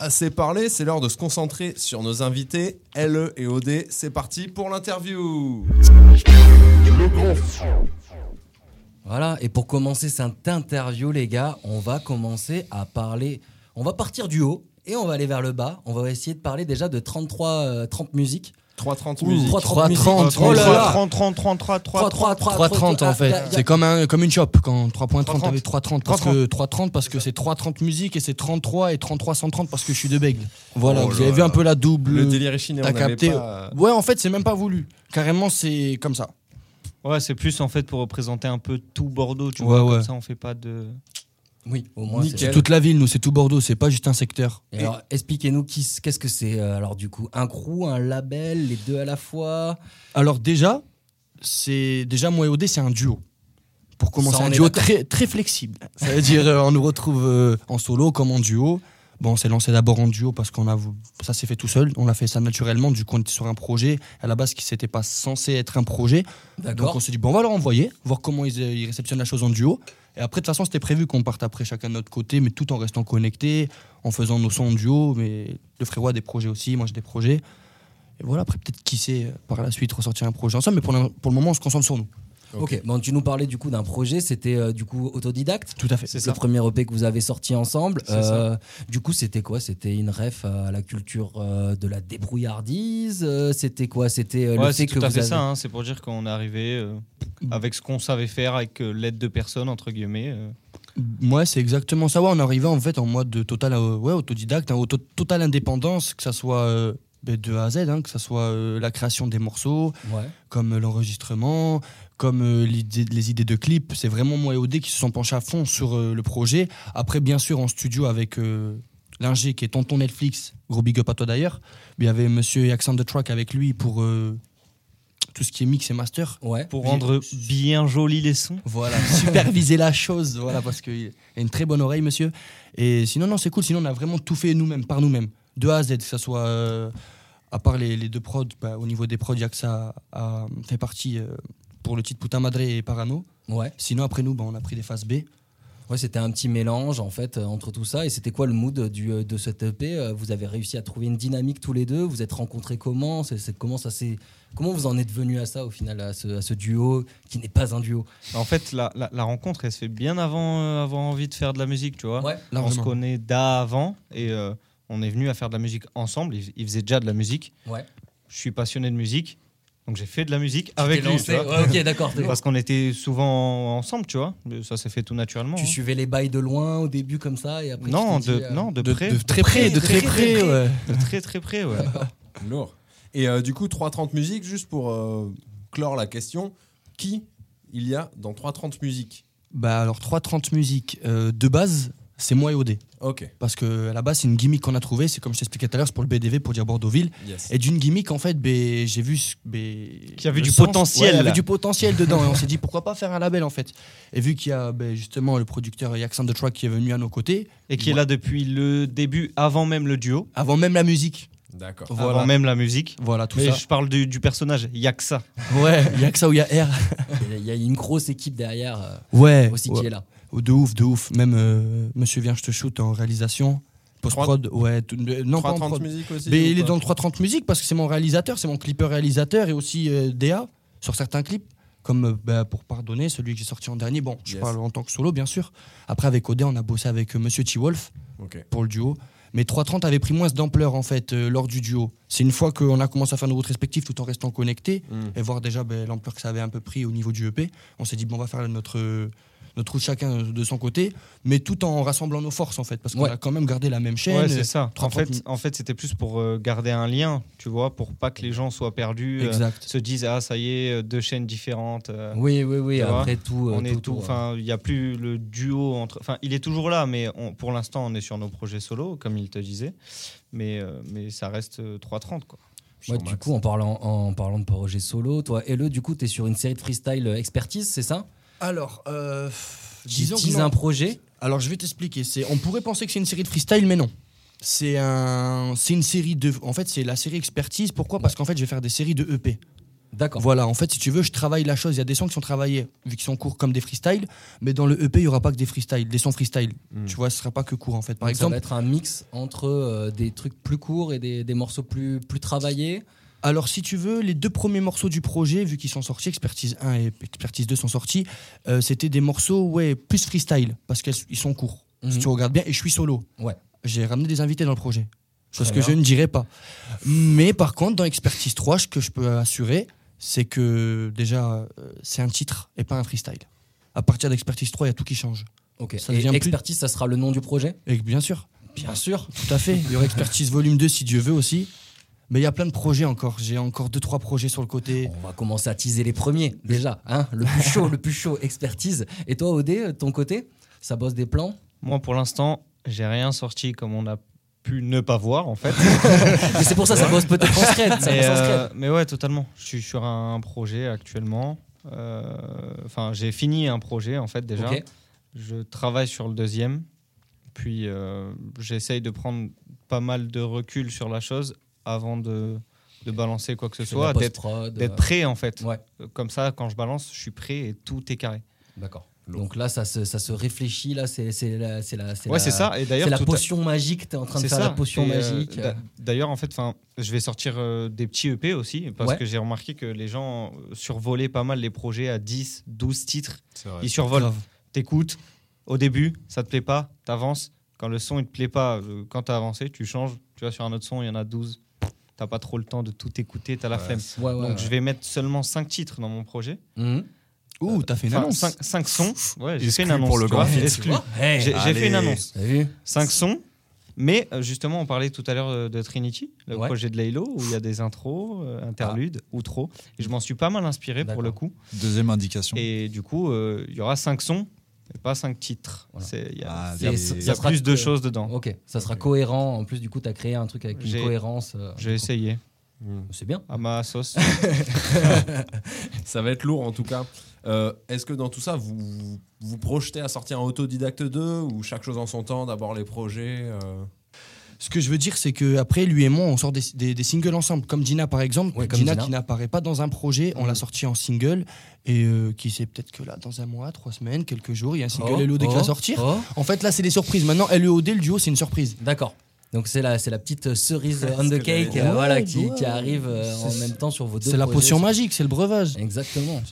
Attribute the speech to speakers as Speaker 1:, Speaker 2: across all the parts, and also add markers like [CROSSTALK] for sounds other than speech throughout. Speaker 1: Assez parlé, c'est l'heure de se concentrer sur nos invités. LE et OD, c'est parti pour l'interview.
Speaker 2: Voilà, et pour commencer cette interview, les gars, on va commencer à parler. On va partir du haut et on va aller vers le bas. On va essayer de parler déjà de 33 euh, 30 musiques.
Speaker 1: 3.30
Speaker 2: Ouh,
Speaker 1: musique.
Speaker 2: 3.30 musique.
Speaker 3: 30,
Speaker 2: Oh là là
Speaker 3: 30, 30, 30, 30,
Speaker 2: 3 3
Speaker 4: 3,30 en fait. C'est comme, un, comme une chope quand 3.30 t'avais 3.30 parce
Speaker 3: 3,30.
Speaker 4: que 3.30 parce que c'est 3.30 musique et c'est 33 et 33 130 parce que je suis de Bègle. Voilà,
Speaker 1: Oh
Speaker 4: vous
Speaker 1: là
Speaker 4: avez vu
Speaker 1: là.
Speaker 4: un peu la double.
Speaker 1: Le délire est chiné, on
Speaker 4: T'as
Speaker 1: n'avait
Speaker 4: capté.
Speaker 1: pas...
Speaker 4: Ouais, en fait, c'est même pas voulu. Carrément, c'est comme ça.
Speaker 3: Ouais, c'est plus en fait pour représenter un peu tout Bordeaux, tu
Speaker 4: Ouais,
Speaker 3: vois.
Speaker 4: ouais.
Speaker 3: Comme ça, on fait pas de.
Speaker 2: Oui, au moins. c'est-
Speaker 1: Nickel.
Speaker 4: Toute la ville, nous, c'est tout Bordeaux, c'est pas juste un secteur.
Speaker 2: Et alors, expliquez-nous qui s- qu'est-ce que c'est euh, alors du coup un crew, un label, les deux à la fois.
Speaker 4: Alors déjà, c'est déjà moi et OD, c'est un duo. Pour commencer,
Speaker 2: Ça, on
Speaker 4: un
Speaker 2: est
Speaker 4: duo
Speaker 2: d'accord.
Speaker 4: très, très flexible. Ça veut dire euh, on nous retrouve euh, en solo comme en duo. Bon, on s'est lancé d'abord en duo parce qu'on a ça s'est fait tout seul. On a fait ça naturellement. Du coup, on était sur un projet à la base qui s'était pas censé être un projet. Donc
Speaker 2: D'accord.
Speaker 4: on s'est dit bon, on va leur envoyer, voir comment ils, euh, ils réceptionnent la chose en duo. Et après, de toute façon, c'était prévu qu'on parte après chacun de notre côté, mais tout en restant connectés, en faisant nos sons en duo. Mais le frérot a des projets aussi, moi j'ai des projets. Et voilà, après peut-être qui sait euh, par la suite ressortir un projet ensemble, mais pour le, pour le moment, on se concentre sur nous.
Speaker 2: OK. Bon, tu nous parlais du coup d'un projet, c'était euh, du coup autodidacte.
Speaker 4: Tout à fait.
Speaker 3: C'est
Speaker 2: le
Speaker 3: ça.
Speaker 2: premier EP que vous avez sorti ensemble.
Speaker 3: C'est ça.
Speaker 2: Euh, du coup, c'était quoi C'était une ref à la culture euh, de la débrouillardise. euh, c'était quoi C'était euh, le
Speaker 3: Ouais,
Speaker 2: fait
Speaker 3: c'est
Speaker 2: que
Speaker 3: tout à
Speaker 2: vous
Speaker 3: fait
Speaker 2: avez-
Speaker 3: ça. hein. C'est pour dire qu'on est arrivé euh, avec ce qu'on savait faire, avec euh, l'aide de personnes entre guillemets. euh.
Speaker 4: Ouais, c'est exactement ça. Ouais, on arrivait en fait en mode de total euh, ouais, autodidacte, hein, auto- totale indépendance, que ça soit euh, ben, de A à Z, hein, que ça soit euh, la création des morceaux,
Speaker 2: Ouais.
Speaker 4: comme euh, l'enregistrement, comme euh, l'idée- les idées de clips. C'est vraiment moi et OD qui se sont penchés à fond sur euh, le projet. Après, bien sûr, en studio avec euh, l'ingé qui est tonton Netflix, gros big up à toi d'ailleurs. Il y avait monsieur Accent de Track avec lui pour euh, tout ce qui est mix et master.
Speaker 2: Ouais.
Speaker 3: pour
Speaker 4: Bien-
Speaker 3: rendre bien jolis les sons.
Speaker 4: Voilà, [LAUGHS] superviser la chose, voilà, parce qu'il a une très bonne oreille, monsieur. Et sinon, non, c'est cool, sinon on a vraiment tout fait nous-mêmes, par nous-mêmes, de A à Z, que ça soit, euh, à part les, les deux prods, bah, au niveau des prods, il y a que ça a fait partie euh, pour le titre Putain Madre et Parano.
Speaker 2: Ouais.
Speaker 4: Sinon, après nous, bah, on a pris des phases B.
Speaker 2: Ouais, c'était un petit mélange en fait euh, entre tout ça. Et c'était quoi le mood euh, du, euh, de cette EP Euh, Vous avez réussi à trouver une dynamique tous les deux. Vous êtes rencontrés comment C'est- c'est- Comment ça s'est- Comment vous en êtes venu à ça au final, à ce, à ce duo qui n'est pas un duo
Speaker 3: En fait, la, la- la rencontre, elle se fait bien avant euh, avoir envie de faire de la musique, tu vois.
Speaker 2: Ouais.
Speaker 3: on se
Speaker 4: Largement.
Speaker 3: connaît d'avant et euh, on est venu à faire de la musique ensemble. Il, il faisait déjà de la musique.
Speaker 2: Ouais.
Speaker 3: Je suis passionné de musique, donc j'ai fait de la musique avec
Speaker 2: T'es
Speaker 3: lui.
Speaker 2: lancé
Speaker 3: tu vois.
Speaker 2: Ouais, ok, d'accord.
Speaker 3: [LAUGHS]
Speaker 2: t'es-
Speaker 3: Parce qu'on était souvent ensemble, tu vois. Mais Ça s'est fait tout naturellement.
Speaker 2: Tu
Speaker 3: hein.
Speaker 2: suivais les bails de loin au début comme ça et après
Speaker 3: non,
Speaker 2: tu t'es
Speaker 3: de,
Speaker 2: dit, euh,
Speaker 3: non, de,
Speaker 4: De,
Speaker 3: près,
Speaker 4: de
Speaker 3: [LAUGHS]
Speaker 4: très près, de très près, ouais.
Speaker 3: de très très près. Ouais.
Speaker 1: Lourd. Et euh, du coup, 3.30 musique, juste pour euh, clore la question, qui il y a dans 3.30 musique
Speaker 4: Bah alors, 3.30 musique, euh, de base, c'est moi et OD.
Speaker 1: Ok,
Speaker 4: Parce que à la base, c'est une gimmick qu'on a trouvée, c'est comme je t'expliquais tout à l'heure, c'est pour le BDV, pour dire Bordeauxville.
Speaker 1: yes.
Speaker 4: Et d'une gimmick, en fait, ben, j'ai vu ce- ben,
Speaker 3: Qu'il y avait
Speaker 4: le
Speaker 3: du potentiel.
Speaker 4: Ouais, il y avait du potentiel dedans. et on s'est dit, pourquoi pas faire un label, en fait Et vu qu'il y a ben, justement le producteur Yaxan de Troyes qui est venu à nos côtés,
Speaker 3: Et qui est là depuis le début, avant même le duo,
Speaker 4: avant même la musique.
Speaker 1: D'accord.
Speaker 3: avant
Speaker 4: Voilà,
Speaker 3: même la musique.
Speaker 4: voilà tout
Speaker 3: Mais
Speaker 4: ça.
Speaker 3: je parle du, du personnage, il y a que ça.
Speaker 4: Ouais, il y a que ça où il y a R.
Speaker 2: Il y a une grosse équipe derrière euh,
Speaker 4: Ouais,
Speaker 2: aussi
Speaker 4: ouais.
Speaker 2: qui est là.
Speaker 4: de ouf, de ouf. Même euh, Monsieur Viens, je te shoot en réalisation. Post-prod, ouais. tout- euh, non, pas
Speaker 1: 3.30
Speaker 4: en prod.
Speaker 1: musique aussi
Speaker 4: Ben,
Speaker 1: ou
Speaker 4: il est
Speaker 1: pas
Speaker 4: dans le 330 musique parce que c'est mon réalisateur, c'est mon clipper réalisateur et aussi euh, DA sur certains clips. Comme euh, bah, pour pardonner, celui que j'ai sorti en dernier. Bon, je
Speaker 1: Yes.
Speaker 4: parle en tant que solo, bien sûr. Après, avec OD, on a bossé avec euh, Monsieur T-Wolf
Speaker 1: Ok.
Speaker 4: pour le duo. Mais 330 avait pris moins d'ampleur, en fait, euh, lors du duo. C'est une fois qu'on a commencé à faire nos routes respectives tout en restant connectés
Speaker 1: Mm.
Speaker 4: et voir déjà ben, l'ampleur que ça avait un peu pris au niveau du EP. On s'est dit, bon, on va faire notre, euh, notre route chacun de son côté, mais tout en rassemblant nos forces, en fait, parce qu'on
Speaker 2: Ouais.
Speaker 4: a quand même gardé la même chaîne.
Speaker 3: Ouais, c'est ça. En
Speaker 4: 30
Speaker 3: fait, en fait c'était plus pour euh, garder un lien, tu vois, pour pas que les gens soient perdus, euh,
Speaker 4: exact.
Speaker 3: se disent ah ça y est, euh, deux chaînes différentes. euh,
Speaker 2: Oui, oui, oui.
Speaker 3: Tu vois,
Speaker 2: Après tout, euh,
Speaker 3: on est tout,
Speaker 2: euh,
Speaker 3: enfin, il y a plus le duo entre, enfin, il est toujours là, mais on- pour l'instant, on est sur nos projets solo, comme il te disait, mais euh, mais ça reste euh, 3.30 quoi.
Speaker 2: Ouais,
Speaker 1: Jean
Speaker 2: du
Speaker 1: Max.
Speaker 2: coup, en parlant, en parlant de projet solo, toi, Hello, du coup, tu es sur une série de freestyle euh, expertise, c'est ça
Speaker 4: Alors, euh,
Speaker 2: Qui
Speaker 4: disons que
Speaker 2: tease
Speaker 4: non.
Speaker 2: un projet
Speaker 4: Alors, je vais t'expliquer. C'est, on pourrait penser que c'est une série de freestyle, mais non. C'est un, c'est une série de. En fait, c'est la série expertise. Pourquoi Parce qu'en fait, je vais faire des séries de EP.
Speaker 2: D'accord.
Speaker 4: Voilà, en fait, si tu veux, je travaille la chose. Il y a des sons qui sont travaillés, vu qu'ils sont courts comme des freestyles, mais dans le EP, il n'y aura pas que des freestyles, des sons freestyle.
Speaker 1: Mm.
Speaker 4: Tu vois, ce sera pas que court en fait. Par
Speaker 2: Donc, ça va
Speaker 4: exemple,
Speaker 2: être un mix entre euh, des trucs plus courts et des, des morceaux plus, plus travaillés.
Speaker 4: alors si tu veux, les deux premiers morceaux du projet, vu qu'ils sont sortis, Expertise 1 et Expertise 2 sont sortis, euh, c'était des morceaux, ouais, plus freestyle, parce qu'ils sont courts. Si
Speaker 2: Mhm.
Speaker 4: tu regardes bien, et je suis solo.
Speaker 2: Ouais.
Speaker 4: J'ai ramené des invités dans le projet. Chose
Speaker 2: Très
Speaker 4: que je
Speaker 2: bien.
Speaker 4: ne dirais pas. Mais par contre, dans Expertise 3, ce que je peux assurer, c'est que déjà, euh, c'est un titre et pas un freestyle. À partir d'Expertise 3, il y a tout qui change.
Speaker 2: Ok.
Speaker 4: Ça
Speaker 2: et
Speaker 4: devient plus-
Speaker 2: expertise, ça sera le nom du projet
Speaker 4: Et bien sûr,
Speaker 2: Bien sûr.
Speaker 4: tout à fait. Il y aura Expertise Volume 2 si Dieu veut aussi. Mais il y a plein de projets encore. J'ai encore deux, trois projets sur le côté.
Speaker 2: On va commencer à teaser les premiers déjà. Hein le plus chaud, le plus chaud, expertise. Et toi, Odé, de ton côté, ça bosse des
Speaker 4: [LAUGHS]
Speaker 2: plans
Speaker 3: Moi, pour l'instant, j'ai rien sorti comme on a pu ne pas voir, en fait.
Speaker 2: Mais c'est pour ça, ça bosse peut-être en scred. [LAUGHS] Ça
Speaker 3: mais,
Speaker 2: bosse en
Speaker 3: euh,
Speaker 2: scred.
Speaker 3: mais ouais, totalement. Je suis sur un projet actuellement. Euh, Enfin, j'ai fini un projet, en fait, déjà.
Speaker 2: Ok.
Speaker 3: Je travaille sur le deuxième. Puis, euh, j'essaye de prendre pas mal de recul sur la chose avant de, de balancer quoi que ce
Speaker 2: Tu fais de la
Speaker 3: soit, d'être
Speaker 2: post-prod,
Speaker 3: d'être
Speaker 2: euh,
Speaker 3: prêt, en fait.
Speaker 2: Ouais,
Speaker 3: Comme ça, quand je balance, je suis prêt et tout est carré.
Speaker 2: d'accord. Donc là, ça se, ça se réfléchit. Là, c'est c'est la, c'est la, c'est
Speaker 3: Ouais,
Speaker 2: la-
Speaker 3: c'est ça. Et
Speaker 2: C'est
Speaker 3: d'ailleurs,
Speaker 2: la
Speaker 3: tout à-
Speaker 2: potion magique. T'es en train de
Speaker 3: C'est
Speaker 2: faire
Speaker 3: ça.
Speaker 2: la potion
Speaker 3: Et, euh,
Speaker 2: magique.
Speaker 3: d'a- D'ailleurs, en fait, 'fin, je vais sortir euh, des petits EP aussi, parce
Speaker 2: Ouais.
Speaker 3: que j'ai remarqué que les gens euh, survolaient pas mal les projets à 10, 12 titres.
Speaker 1: C'est vrai.
Speaker 3: Ils survolent.
Speaker 4: Grave.
Speaker 3: T'écoutes, au début, ça te plaît pas, t'avances. Quand le son, il te plaît pas, euh, quand t'as avancé, tu changes. Tu vas sur un autre son, il y en a 12. T'as pas trop le temps de tout écouter, t'as la
Speaker 1: Ouais.
Speaker 3: flemme.
Speaker 2: Ouais, ouais,
Speaker 3: Donc,
Speaker 2: ouais.
Speaker 3: je vais mettre seulement 5 titres dans mon projet.
Speaker 2: Mhm.
Speaker 4: Ouh, t'as fait une annonce.
Speaker 3: 5, sons. Ouais, j'ai fait
Speaker 1: Exclu
Speaker 3: une annonce.
Speaker 1: pour le
Speaker 3: tu vois,
Speaker 1: grand film.
Speaker 3: exclu.
Speaker 2: Hey,
Speaker 3: J'ai j'ai fait
Speaker 1: Allez.
Speaker 3: une annonce.
Speaker 2: Eh, t'as vu
Speaker 3: 5 sons. Mais euh, justement, on parlait tout à l'heure euh, de Trinity, le
Speaker 2: Ouais. Ah.
Speaker 3: projet de Laylo, où il y a des intros, euh, interludes, outros. Et je m'en suis pas mal inspiré pour
Speaker 2: D'accord.
Speaker 3: le coup.
Speaker 5: Deuxième indication.
Speaker 3: Et du coup, euh, il y aura 5 sons, et pas 5 titres.
Speaker 2: Voilà.
Speaker 3: C'est- Il y a,
Speaker 5: Ah,
Speaker 2: c'est-
Speaker 5: des-
Speaker 2: ça-
Speaker 3: il y
Speaker 2: ça-
Speaker 3: a
Speaker 2: sera
Speaker 3: plus de
Speaker 2: que-
Speaker 3: choses dedans.
Speaker 2: Ok, ça sera cohérent. En plus, du coup, t'as créé un truc avec une
Speaker 3: J'ai-
Speaker 2: cohérence. euh,
Speaker 3: Je vais
Speaker 2: du coup.
Speaker 3: essayer,
Speaker 1: Mm.
Speaker 2: C'est bien.
Speaker 3: à ma sauce.
Speaker 1: Ça va être lourd en tout cas. Euh, Est-ce que dans tout ça, vous vous, vous projetez à sortir un autodidacte 2 ou chaque chose en son temps, d'abord les projets euh,
Speaker 4: Ce que je veux dire, c'est que après lui et moi, on sort des, des- des singles ensemble, comme Gina par exemple.
Speaker 2: Ouais, comme
Speaker 4: Gina,
Speaker 2: Gina.
Speaker 4: qui n'apparaît pas dans un projet, on l'a sorti en single et euh, qui sait peut-être que là, dans un mois, trois semaines, quelques jours, il y a un single
Speaker 2: Oh,
Speaker 4: LEOD qui
Speaker 2: oh,
Speaker 4: va sortir.
Speaker 2: oh.
Speaker 4: En fait, là, c'est des surprises. Maintenant, LEOD, le duo, c'est une surprise.
Speaker 2: D'accord. Donc c'est la, c'est la petite euh, cerise on
Speaker 1: ce
Speaker 2: the
Speaker 1: que j'allais
Speaker 2: cake
Speaker 1: dire.
Speaker 2: euh,
Speaker 4: Ouais,
Speaker 2: voilà, qui,
Speaker 4: ouais.
Speaker 2: qui arrive euh, en
Speaker 4: C'est-
Speaker 2: même temps sur vos deux
Speaker 4: C'est la
Speaker 2: projets.
Speaker 4: potion magique, c'est le breuvage.
Speaker 2: Exactement.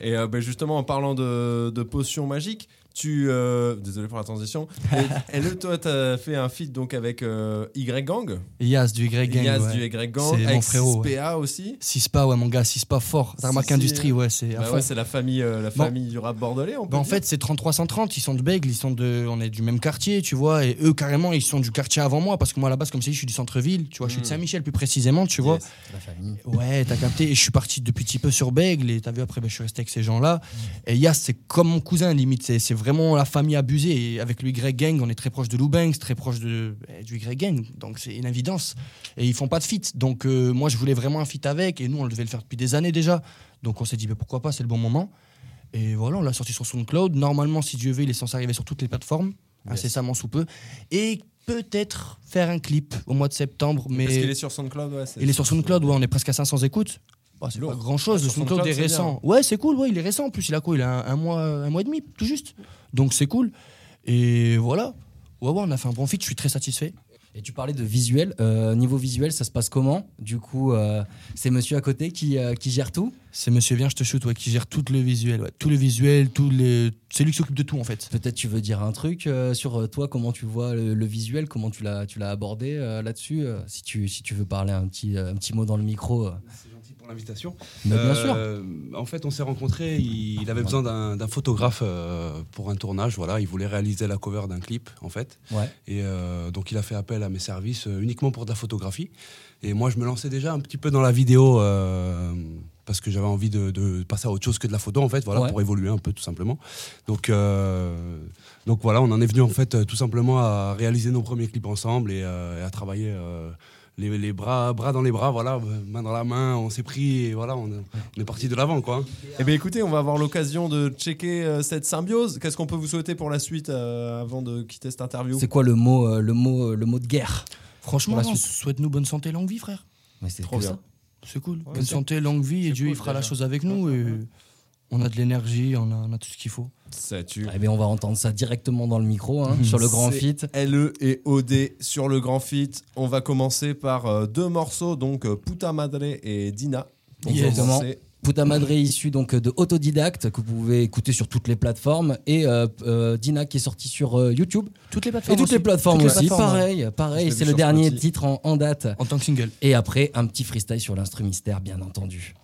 Speaker 1: Et euh, ben, justement, en parlant de, de potions magiques, tu. euh, désolé pour la transition.
Speaker 4: [LAUGHS]
Speaker 1: Et, et le, toi, tu as fait un feat donc, avec euh, Y Gang,
Speaker 4: Yas du Y Gang.
Speaker 1: Yas
Speaker 4: ouais.
Speaker 1: du Y Gang,
Speaker 4: C'est mon
Speaker 1: avec
Speaker 4: frérot,
Speaker 1: PA aussi.
Speaker 4: Sispa, ouais, mon gars, Sispa fort.
Speaker 1: Si,
Speaker 4: T'as remarqué
Speaker 1: si.
Speaker 4: Industrie, ouais, c'est à
Speaker 1: Bah
Speaker 4: fond.
Speaker 1: ouais, c'est la famille, euh, la
Speaker 4: Bon.
Speaker 1: famille du rap bordelais. On peut
Speaker 4: Bah, en
Speaker 1: dire.
Speaker 4: fait, c'est 33-130, ils sont de Bègle, ils sont de, on est du même quartier, tu vois, et eux, carrément, ils sont du quartier avant moi, parce que moi, à la base, comme je t'ai dit, je suis du centre-ville, tu vois, je suis de
Speaker 1: Mm.
Speaker 4: Saint-Michel plus précisément, tu vois.
Speaker 1: Yes.
Speaker 2: La famille.
Speaker 4: Ouais, t'as capté. Et je suis parti depuis petit peu sur Bègle. Et t'as vu, après, ben, je suis resté avec ces gens-là. Et Yas, c'est comme mon cousin, limite. C'est, c'est vraiment la famille abusée. Et avec le Y Gang, on est très proche de Lou Banks, très proche de, eh, du Y Gang. Donc, c'est une évidence. Et ils font pas de fit. Donc, euh, moi, je voulais vraiment un fit avec. Et nous, on devait le faire depuis des années déjà. Donc, on s'est dit, ben, pourquoi pas, c'est le bon moment. Et voilà, on l'a sorti sur SoundCloud. Normalement, si Dieu veut, il est censé arriver sur toutes les plateformes,
Speaker 1: Yes.
Speaker 4: incessamment sous peu. Et peut-être faire un clip au mois de septembre. Mais...
Speaker 1: Parce qu'il est sur SoundCloud, ouais. c'est-
Speaker 4: Il est sur SoundCloud, ouais, on est presque à 500 écoutes. Bah, c'est
Speaker 1: Lourd.
Speaker 4: pas grand chose, le
Speaker 1: Sur
Speaker 4: SoundCloud,
Speaker 1: SoundCloud,
Speaker 4: est
Speaker 1: c'est
Speaker 4: récent. Ouais, c'est cool, ouais, il est récent en plus, il a quoi Il a un, un mois, un mois et demi, tout juste. Donc c'est cool. Et voilà. Ouais, ouais, on a fait un bon feat, je suis très satisfait.
Speaker 2: Et tu parlais de visuel. Euh, niveau visuel, ça se passe comment Du coup, euh, c'est monsieur à côté qui, euh, qui gère tout.
Speaker 4: C'est Monsieur Viens, je te shoot, ouais, qui gère tout le visuel. ouais. Tout le visuel, tout les... c'est lui qui s'occupe de tout en fait.
Speaker 2: Peut-être tu veux dire un truc euh, sur euh, toi, comment tu vois le, le visuel, comment tu l'as tu l'as abordé euh, là-dessus. euh, si, tu, si tu veux parler un petit, euh, un petit mot dans le micro. euh.
Speaker 6: C'est gentil pour l'invitation.
Speaker 2: Mais bien sûr.
Speaker 6: Euh, En fait, on s'est rencontrés. Il, il avait besoin d'un d'un photographe euh, pour un tournage. Voilà, il voulait réaliser la cover d'un clip, en fait.
Speaker 2: Ouais.
Speaker 6: Et euh, donc, il a fait appel à mes services euh, uniquement pour de la photographie. Et moi, je me lançais déjà un petit peu dans la vidéo euh, parce que j'avais envie de, de passer à autre chose que de la photo, en fait. Voilà,
Speaker 2: Ouais.
Speaker 6: pour évoluer un peu, tout simplement. Donc, euh, donc voilà, on en est venu en fait euh, tout simplement à réaliser nos premiers clips ensemble et, euh, et à travailler. euh, les, les bras, bras dans les bras, voilà, main dans la main, on s'est pris et voilà, on, on est parti de l'avant quoi. hein.
Speaker 1: Eh bien écoutez, on va avoir l'occasion de checker euh, cette symbiose. Qu'est-ce qu'on peut vous souhaiter pour la suite euh, avant de quitter cette interview
Speaker 2: C'est quoi le mot, euh, le, mot, le mot de guerre
Speaker 4: Franchement,
Speaker 2: Pour la
Speaker 4: non,
Speaker 2: suite.
Speaker 4: souhaite-nous bonne santé, longue vie, frère.
Speaker 2: Mais c'est
Speaker 1: Trop
Speaker 2: que
Speaker 1: bien.
Speaker 2: ça.
Speaker 4: C'est cool.
Speaker 3: Ouais,
Speaker 4: Bonne
Speaker 3: c'est-
Speaker 4: santé, longue vie, et
Speaker 3: c'est
Speaker 4: Dieu il
Speaker 3: cool,
Speaker 4: fera la
Speaker 3: déjà.
Speaker 4: chose avec nous.
Speaker 3: Ouais,
Speaker 4: et
Speaker 3: ouais.
Speaker 4: On a de l'énergie, on a, on a tout ce qu'il faut.
Speaker 1: Ça tue.
Speaker 2: Eh bien, on va entendre ça directement dans le micro,
Speaker 1: [LAUGHS]
Speaker 2: hein, sur le grand
Speaker 1: C'est
Speaker 2: fit.
Speaker 1: LE E et OD sur le grand fit. On va commencer par euh, deux morceaux, donc euh, Puta Madre et Dina. Pour
Speaker 2: Yes.
Speaker 1: commencer.
Speaker 2: Puta Madre issu donc de Autodidacte que vous pouvez écouter sur toutes les plateformes et euh, euh, Dina qui est sortie sur euh, YouTube
Speaker 4: Toutes les
Speaker 2: et
Speaker 4: plateformes.
Speaker 2: toutes les plateformes
Speaker 4: Toutes les
Speaker 2: aussi.
Speaker 4: plateformes,
Speaker 2: Pareil,
Speaker 1: Je l'ai
Speaker 2: pareil,
Speaker 1: vu
Speaker 2: c'est le
Speaker 1: sur
Speaker 2: dernier
Speaker 1: Spotify.
Speaker 2: titre en, en date.
Speaker 4: En tant que single.
Speaker 2: Et après un petit freestyle sur l'instru mystère bien entendu.